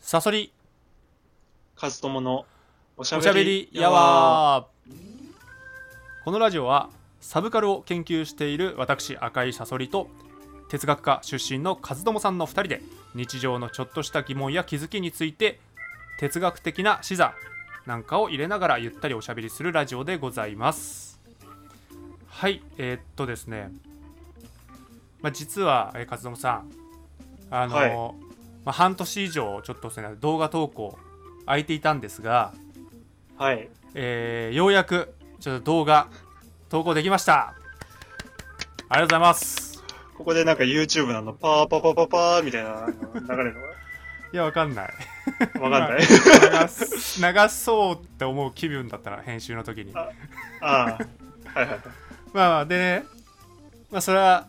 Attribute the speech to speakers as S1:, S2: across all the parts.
S1: サソリ
S2: カズトモのおしゃ
S1: おしゃ
S2: べ
S1: べ
S2: り
S1: り
S2: や
S1: や
S2: わ
S1: わーこのラジオはサブカルを研究している私赤井サソリと哲学科出身の和友さんの2人で日常のちょっとした疑問や気づきについて哲学的な視座なんかを入れながらゆったりおしゃべりするラジオでございますはいえーっとですね、まあ、実は、えー、和友さんあのー
S2: はい
S1: まあ、半年以上ちょっとですね動画投稿空いていたんですが
S2: ーはい
S1: えーようやくちょっと動画投稿できましたありがとうございます
S2: ここでなんか YouTube のあのパーパパパパーみたいなあの流れるの
S1: いやわかん ない
S2: がわかんない
S1: 流す流そうって思う気分だったら編集の時にまあ
S2: あ ああはいはい
S1: まあでねまあそれは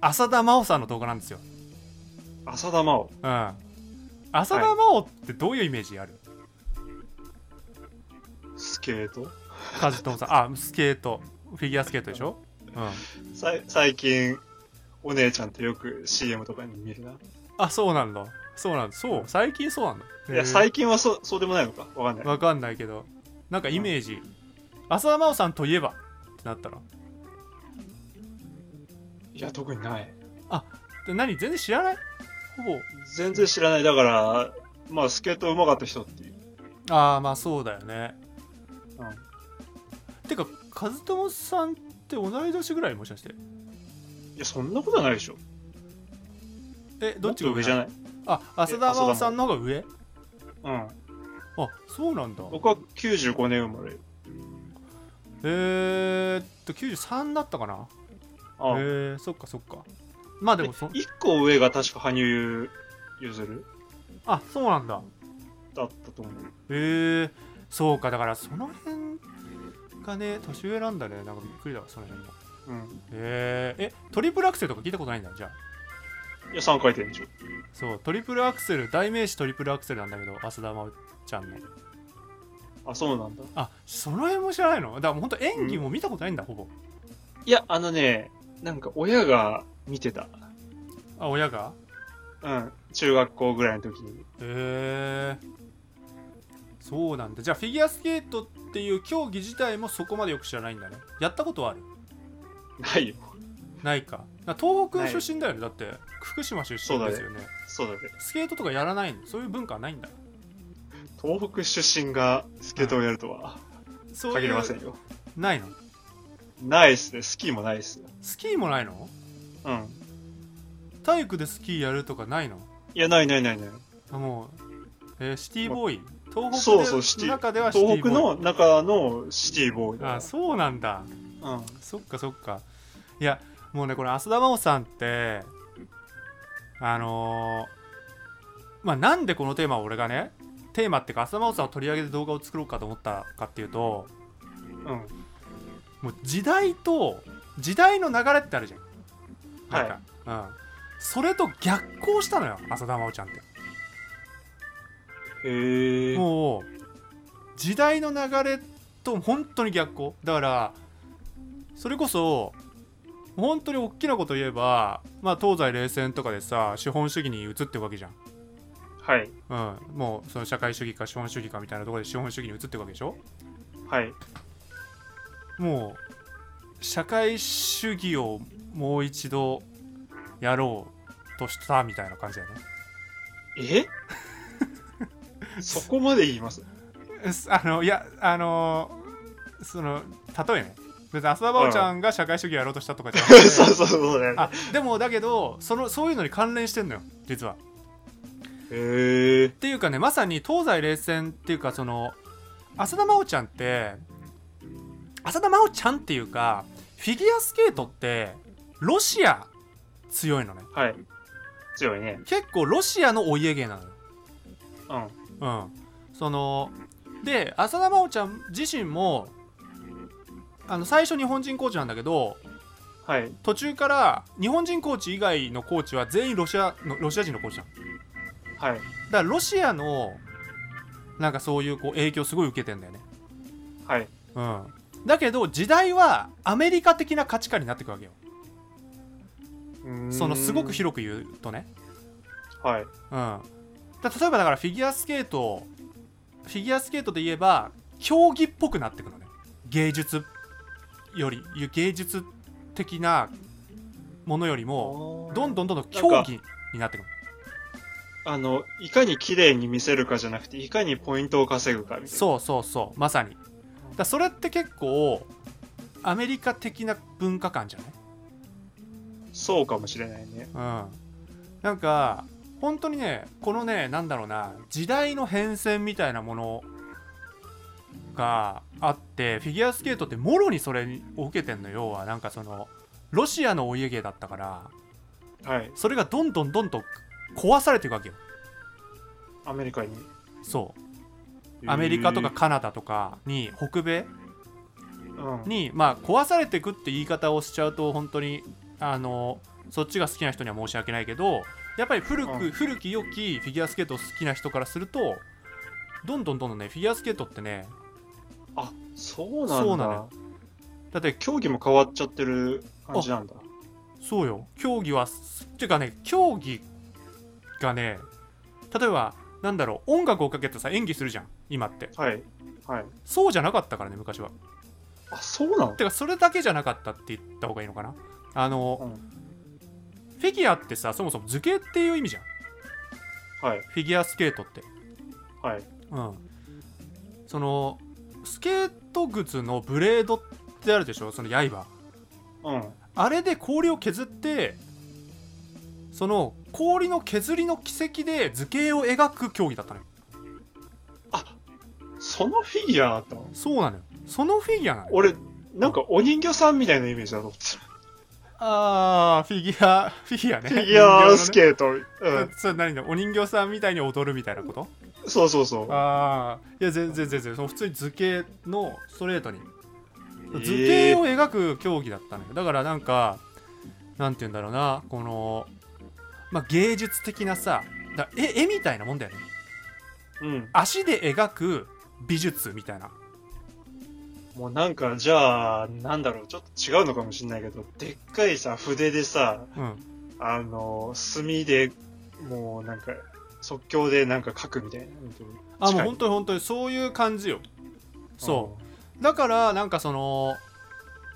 S1: 浅田真央さんの動画なんですよ
S2: 浅田真央
S1: うん浅田真央ってどういうイメージある、
S2: スケート
S1: カズトモさんあスケートフィギュアスケートでしょうん
S2: さい最近お姉ちゃんってよく CM とかに見るな、
S1: あそうなんだそうなんだそう最近そうなんだ
S2: いや
S1: へー
S2: 最近はそそうでもないのかわかんな い
S1: わかんないけどなんかイメージ浅田真央さんといえばってなったら
S2: いや特にない
S1: で何全然知らないほぼ
S2: 全然知らないだからまあスケート上手かった人っていう、
S1: ああまあそうだよね
S2: うん
S1: てか和友さんって同い年ぐらいもしかして
S2: いやそんなことはないでしょ
S1: えどっちが
S2: もと
S1: 上
S2: 上じゃない
S1: いあ浅田真央さんの方が上
S2: うん
S1: あそうなんだ
S2: 僕は95年生まれ
S1: えー、っと93だったかな
S2: ああ
S1: えー、そっかそっかまあでもそ
S2: 1個上が確か羽生結弦
S1: あそうなんだ
S2: だったと思う
S1: へえそうかだからその辺がね年上なんだねなんかびっくりだわその辺も
S2: うん
S1: へええトリプルアクセルとか聞いたことないんだじゃあ
S2: いや3回転でしょ
S1: そうトリプルアクセル代名詞トリプルアクセルなんだけど浅田真央ちゃんの
S2: あそうなんだ
S1: あその辺も知らないのだからもうほんと演技も見たことないんだ、ほぼ
S2: いやあのねなんか親が見てた
S1: あ親が
S2: うん中学校ぐらいの時に
S1: へえそうなんだじゃあフィギュアスケートっていう競技自体もそこまでよく知らないんだねやったことはある
S2: ないよ
S1: ないかだから東
S2: な
S1: 北
S2: い
S1: 出身だよねだって福島出身ですよね
S2: そうだね
S1: スケートとかやらないのそういう文化はないんだ
S2: 東北出身がスケートをやるとは
S1: そう
S2: 限
S1: い
S2: り
S1: う
S2: ませんよ
S1: ないの
S2: ないっすねスキーもないっすよ
S1: スキーもないの
S2: うん
S1: 体育でスキーやるとかないの
S2: いやないないないない
S1: あもう、えーシティボーイ東北
S2: そうそうシティ
S1: の中ではシテ
S2: 東
S1: ィボ
S2: 北
S1: ーイ
S2: の中のシティボーイだ
S1: あそうなんだ
S2: うん
S1: そっかそっかいやもうねこれ浅田真央さんってあのーまあなんでこのテーマを俺がねテーマっていうか浅田真央さんを取り上げて動画を作ろうかと思ったかっていうと
S2: うん
S1: もう時代と時代の流れってあるじゃんなんか、うんそれと逆行したのよ浅田真央ちゃんって
S2: へえ
S1: もう時代の流れと本当に逆行だからそれこそ本当に大きなこと言えば、まあ、東西冷戦とかでさ資本主義に移ってるわけじゃん、
S2: はい
S1: うん、もうその社会主義か資本主義かみたいなところで資本主義に移ってるわけでしょ
S2: はい
S1: もう社会主義をもう一度やろうとしたみたいな感じだよね
S2: えそこまで言います
S1: す あのいやあのその例えね別に浅田真央ちゃんが社会主義やろうとしたとかじゃなくて
S2: そうそうそうだよね。
S1: あでもだけどそのそういうのに関連してんのよ実は。っ
S2: へえ。
S1: ていうかねまさに東西冷戦っていうかその浅田真央ちゃんって浅田真央ちゃんっていうかフィギュアスケートってロシア強いのね
S2: はい。強いね。
S1: 結構ロシアのお家芸なのよ。う
S2: うん。
S1: ん、そので浅田真央ちゃん自身もあの最初日本人コーチなんだけど
S2: はい。
S1: 途中から日本人コーチ以外のコーチは全員ロシアのロシア人のコーチなのだ
S2: はい。
S1: からロシアのなんかそういうこう影響すごい受けてんだよね、
S2: はい。
S1: うん、だけど時代はアメリカ的な価値観になってくわけよそのすごく広
S2: 広
S1: く言うとね、
S2: はい。
S1: うん、だ例えばだからフィギュアスケートフィギュアスケートで言えば競技っぽくなってくのね芸術より芸術的なものよりもどん
S2: どん
S1: どんどんどん競技になってくる
S2: あの、いかに綺麗に見せるかじゃなくて、いかにポイントを稼ぐかみたいな。
S1: そうそうそうまさにだそれって結構アメリカ的な文化観じゃない
S2: そうかもしれないね。
S1: うん、なんか本当にねこのねなんだろうな時代の変遷みたいなものがあってフィギュアスケートってもろにそれを受けてんの要はなんかそのロシアのお家芸だったから
S2: はい。
S1: それがどんどんどんどん壊されていくわけよ
S2: アメリカに。
S1: そうアメリカとか
S2: へ
S1: カナダとかに北米
S2: ー、うん、
S1: にまあ壊されてくって言い方をしちゃうと本当にあのそっちが好きな人には申し訳ないけどやっぱり古く、
S2: うん
S1: 古き良きフィギュアスケートを好きな人からするとどんどんどんどんねフィギュアスケートってね
S2: あ、そうなんだ。
S1: そうなのよだって
S2: 競技も変わっちゃってる感じなんだ。
S1: そうよ競技はすっていうかね競技がね例えばなんだろう音楽をかけてさ演技するじゃん今って
S2: はい。はい。
S1: そうじゃなかったからね昔は
S2: あ、そうなの
S1: てかそれだけじゃなかったって言った方がいいのかなあの、フィギュアってさそもそも図形っていう意味じゃん
S2: はい。
S1: フィギュアスケートって
S2: はい。
S1: うん、そのスケート靴のブレードってあるでしょその刃
S2: うん。
S1: あれで氷を削ってその氷の削りの軌跡で図形を描く競技だったのよ
S2: あ、そのフィギュアだったの
S1: そうなのよそのフィギュアなのよ
S2: 俺、なんかお人形さんみたいなイメージだと思って
S1: あーフィギュアフィギュアね
S2: た。フィギュアス
S1: ー
S2: ケート。うん。
S1: それ何だお人形さんみたいに踊るみたいなこと
S2: そうそうそう。
S1: ああいや全然全然その普通に図形のストレートに図
S2: え
S1: 形
S2: ー
S1: を描く競技だったのよだからなんかなんて言うんだろうなこの、まあ、芸術的なさだ絵絵みたいなもんだよね
S2: うん。
S1: 足で描く美術みたいな
S2: もうなんか、じゃあ、なんだろう、ちょっと違うのかもしれないけど、でっかいさ、筆でさ、
S1: うん
S2: あの、墨で、もうなんか、即興でなんか書くみたいな。本当に
S1: あもう
S2: 近い
S1: 本当に本当にそういう感じよそうだからなんかその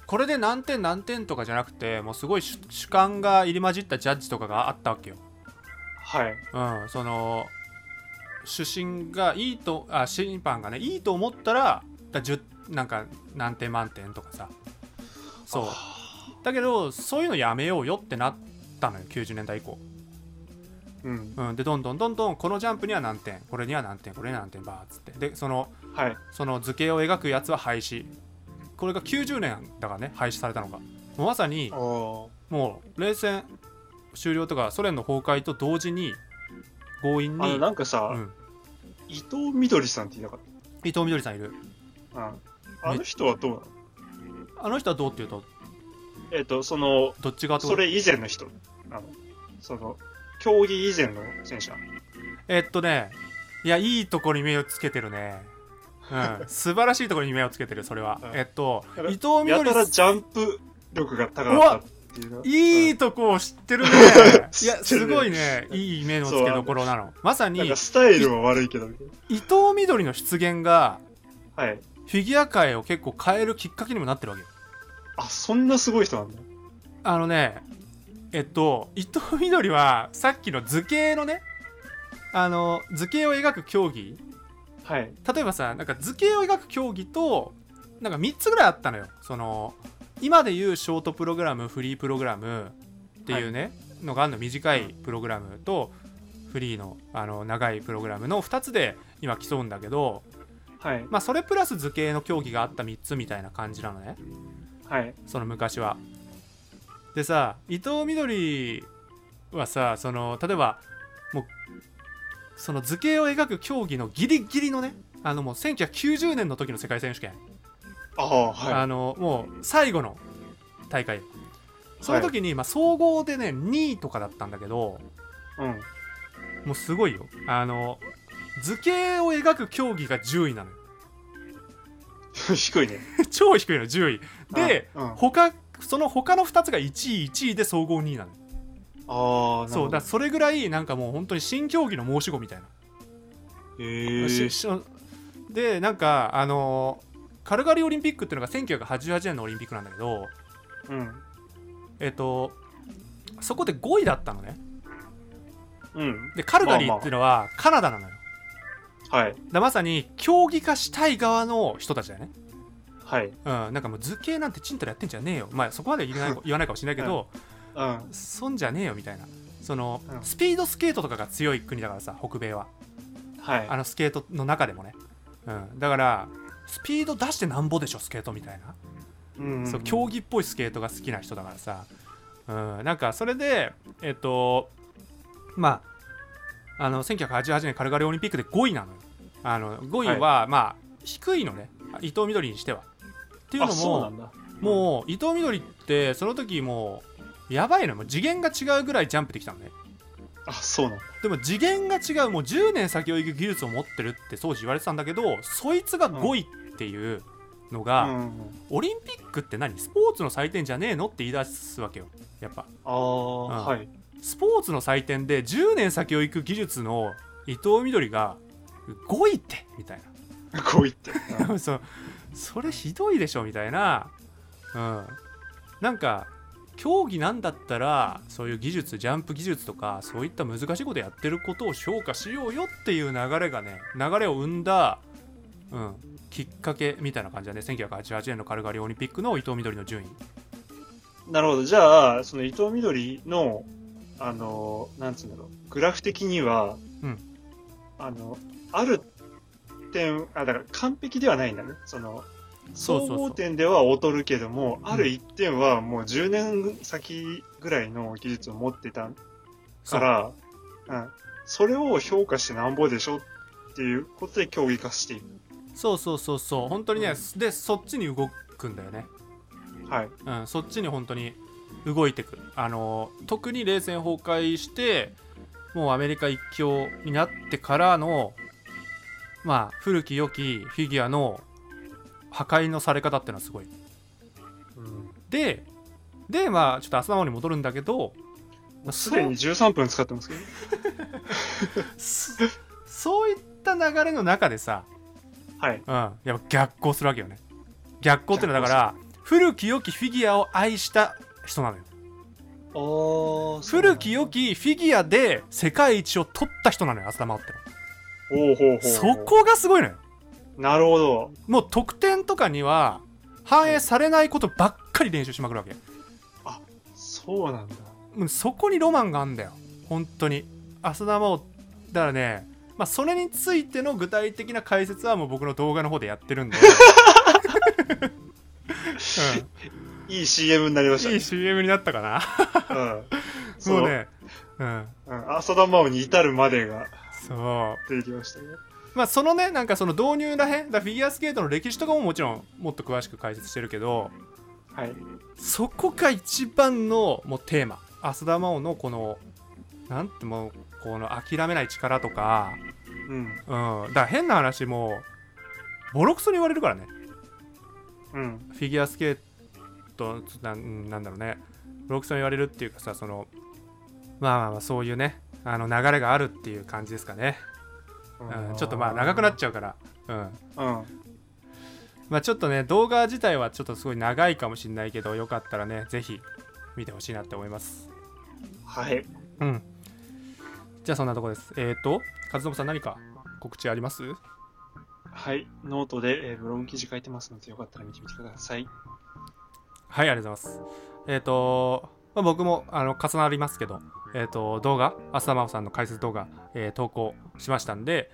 S1: これで何点何点とかじゃなくてもうすごい主主観が入り混じったジャッジとかがあったわけよ
S2: うんはい。
S1: うん、その主審がいいとあ審判がねいいと思ったらだ10なんか何点満点とかさそうだけどそういうのやめようよってなったのよ90年代以降、
S2: うん。
S1: うん、でどんどんどんどんこのジャンプには何点これには何点これには何点バーっつってでその
S2: はい。
S1: その図形を描くやつは廃止これが90年だからね廃止されたのがもうまさに
S2: おー
S1: もう冷戦終了とかソ連の崩壊と同時に強引
S2: あの、
S1: に、
S2: なんかさ、
S1: うん、
S2: 伊藤みどりさんって言いなかっ
S1: 伊藤みどりさんいる
S2: た。うん。あの人はどうなの
S1: あの人はどうっていうと
S2: えっ、と、その、
S1: どっち側ってこと
S2: それ以前の人。あの、その、競技以前の選手なの
S1: えっとねいやいいところに目をつけてるね うん、素晴らしいところに目をつけてるそれは、
S2: うん
S1: えっと
S2: や
S1: 伊
S2: ばい
S1: 藤みど
S2: や
S1: り
S2: たら
S1: さ
S2: ジャンプ力が高かったっていうの。
S1: んいいとこを知ってるね いや
S2: 知って
S1: す
S2: るね
S1: ごいねいい目のつけどころなのまさに
S2: なん
S1: 伊
S2: かスタイルは悪いけど、みたい
S1: 藤みどりの出現が
S2: なはい。
S1: フィギュア界を結構変えるきっかけにもなってるわけよ
S2: あ、そんなすごい人なんだ。
S1: あのねえっと伊藤みどりはさっきの図形のねあの図形を描く競技
S2: はい。
S1: 例えばさなんか図形を描く競技となんか3つぐらいあったのよその今でいうショートプログラムフリープログラムっていうね、のがあるの短いプログラムとフリーのあの長いプログラムの2つで今競うんだけど、
S2: はい。
S1: まあ、それプラス図形の競技があった3つみたいな感じなのね
S2: はい。
S1: その昔は。でさ伊藤みどりはさその例えばもうその図形を描く競技のギリギリのねあのもう1990年の時の世界選手権、
S2: ああ、は
S1: あのもう最後の大会その時に、まあ、総合でね2位とかだったんだけど
S2: い。うん。
S1: もうすごいよあの図形を描く競技が10位なのよ
S2: 低いね。
S1: 超低いの10位で、
S2: うん、あ
S1: 他その他の2つが1位1位で総合2位なの
S2: あ、
S1: そうだ
S2: なる
S1: それぐらいなんかもう本当に新競技の申し子みたいな
S2: え
S1: し
S2: ー、
S1: しでなんかあのカルガリーオリンピックっていうのが1988年のオリンピックなんだけど
S2: うん。
S1: えっとそこで5位だったのね
S2: うん。
S1: でカルガリーっていうのはカナダなのよ、
S2: はい。
S1: だまさに競技化したい側の人たちだよね
S2: はい。
S1: うん、なんかもう図形なんてちんたらやってんじゃねえよまあそこまで 言えない言わないかもしれないけど、
S2: うん。
S1: そんじゃねえよみたいなその、
S2: うん
S1: スピードスケートとかが強い国だからさ北米は
S2: はい
S1: あ。のスケートの中でもね、うん、だからスピード出してなんぼでしょスケートみたいな、
S2: うん
S1: そう競技っぽいスケートが好きな人だからさ、うん、なんかそれでえっとまああの1988年カルガリーオリンピックで5位なのよあの5位は、まあ低いのね伊藤みどりにしてはっていうの
S2: あ、そ
S1: も
S2: うなんだ。
S1: もう伊藤みどりってその時もうやばいのよもう次元が違うぐらいジャンプできたのね
S2: あ、そうなんだ。
S1: でも次元が違うもう10年先を行く技術を持ってるって当時言われてたんだけどそいつが5位っていうのが、
S2: うん。
S1: オリンピックって何スポーツの祭典じゃねえのって言い出すわけよやっぱ
S2: ああ、はい。
S1: スポーツの祭典で10年先を行く技術の伊藤みどりが5位ってみたい
S2: こう言って。うん
S1: なそうそれひどいでしょみたいなうんなんか競技なんだったらそういう技術ジャンプ技術とかそういった難しいことやってることを評価しようよっていう流れがね流れを生んだ、うん、きっかけみたいな感じだね1988年のカルガリーオリンピックの伊藤みどりの順位
S2: なるほど。じゃあ、その伊藤みどりの、あの、なんつうんだろう、グラフ的には、
S1: うん
S2: あの、ある点、あ、だから完璧ではないんだね。その、
S1: そうそう
S2: 総
S1: そう
S2: 合点では劣るけども、あ
S1: う
S2: る
S1: ん
S2: 一点はもう10年先ぐらいの技術を持ってた
S1: そ
S2: か
S1: う
S2: ら、うん。それを評価してなんぼでしょっていうことで競技化していく。
S1: そうそうそうそう本当にね、
S2: う
S1: でそっちに動くんだよね、
S2: はい。
S1: うん、そっちに本当に動いてくあの特に冷戦崩壊してもうアメリカ一強になってからのまあ古き良きフィギュアの破壊のされ方っていうのはすごい
S2: うん
S1: ででまあちょっと朝の方に戻るんだけどまあ
S2: すでに13分使ってますけど。
S1: そそういった流れの中でさ、
S2: はい。
S1: うん、やっぱ逆行するわけよね逆行っていうのはだから古き良きフィギュアを愛した人なのよ
S2: あー
S1: 古き良きフィギュアで世界一を取った人なのよ浅田真央って
S2: ほうほうほう
S1: そこがすごいのよ
S2: なるほど。
S1: もう得点とかには反映されないことばっかり練習しまくるわけ
S2: そうなんだ。
S1: もうそこにロマンがあんだよ本当に浅田真央だからねまあそれについての具体的な解説はもう僕の動画の方でやってるん で、う
S2: いい CM になりました
S1: ん、
S2: ね。
S1: いい CM になったかな
S2: うん。そ
S1: そうう
S2: ね。
S1: ねうん
S2: うん。浅田真央に至るまでが
S1: そう
S2: 出てきましたね。
S1: まあそのねなんかその導入らへんだからフィギュアスケートの歴史とかももちろんもっと詳しく解説してるけど
S2: はい。
S1: そこが一番のもうテーマ浅田真央のこのなんてもうこの諦めない力とか
S2: うん。
S1: うんだから変な話もうボロクソに言われるからね
S2: うん。
S1: フィギュアスケートなんなんだろうねボロクソに言われるっていうかさそのまあまあまあそういうねあの流れがあるっていう感じですかね、うん、ちょっとまあ長くなっちゃうからうん
S2: ゃうん。
S1: まあちょっとね動画自体はちょっとすごい長いかもしれないけどよかったらねぜひ見てほしいなって思います
S2: はい。
S1: うんじゃあそんなとこですえっ、ー、と和信さん何か告知あります
S2: はい。ノートで、えーブログ記事書いてますので、よかったら見てみてください。
S1: はい、ありがとうございます。えっ、と、まあ、僕もあの重なりますけど、えっ、と、動画、浅田真央さんの解説動画、えー投稿しましたんで、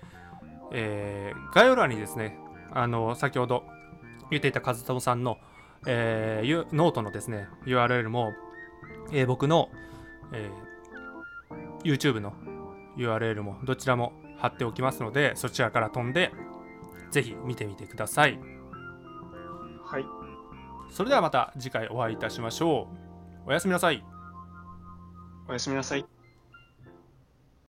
S1: えー概要欄にですね、あの、先ほど言っていた和友さんの、えーゆノートのですね、URL も、えー僕の、えー YouTube の URL も、どちらも貼っておきますので、そちらから飛んで、ぜひ見てみてください。
S2: はい。
S1: それではまた次回お会いいたしましょう。おやすみなさい。
S2: おやすみなさい。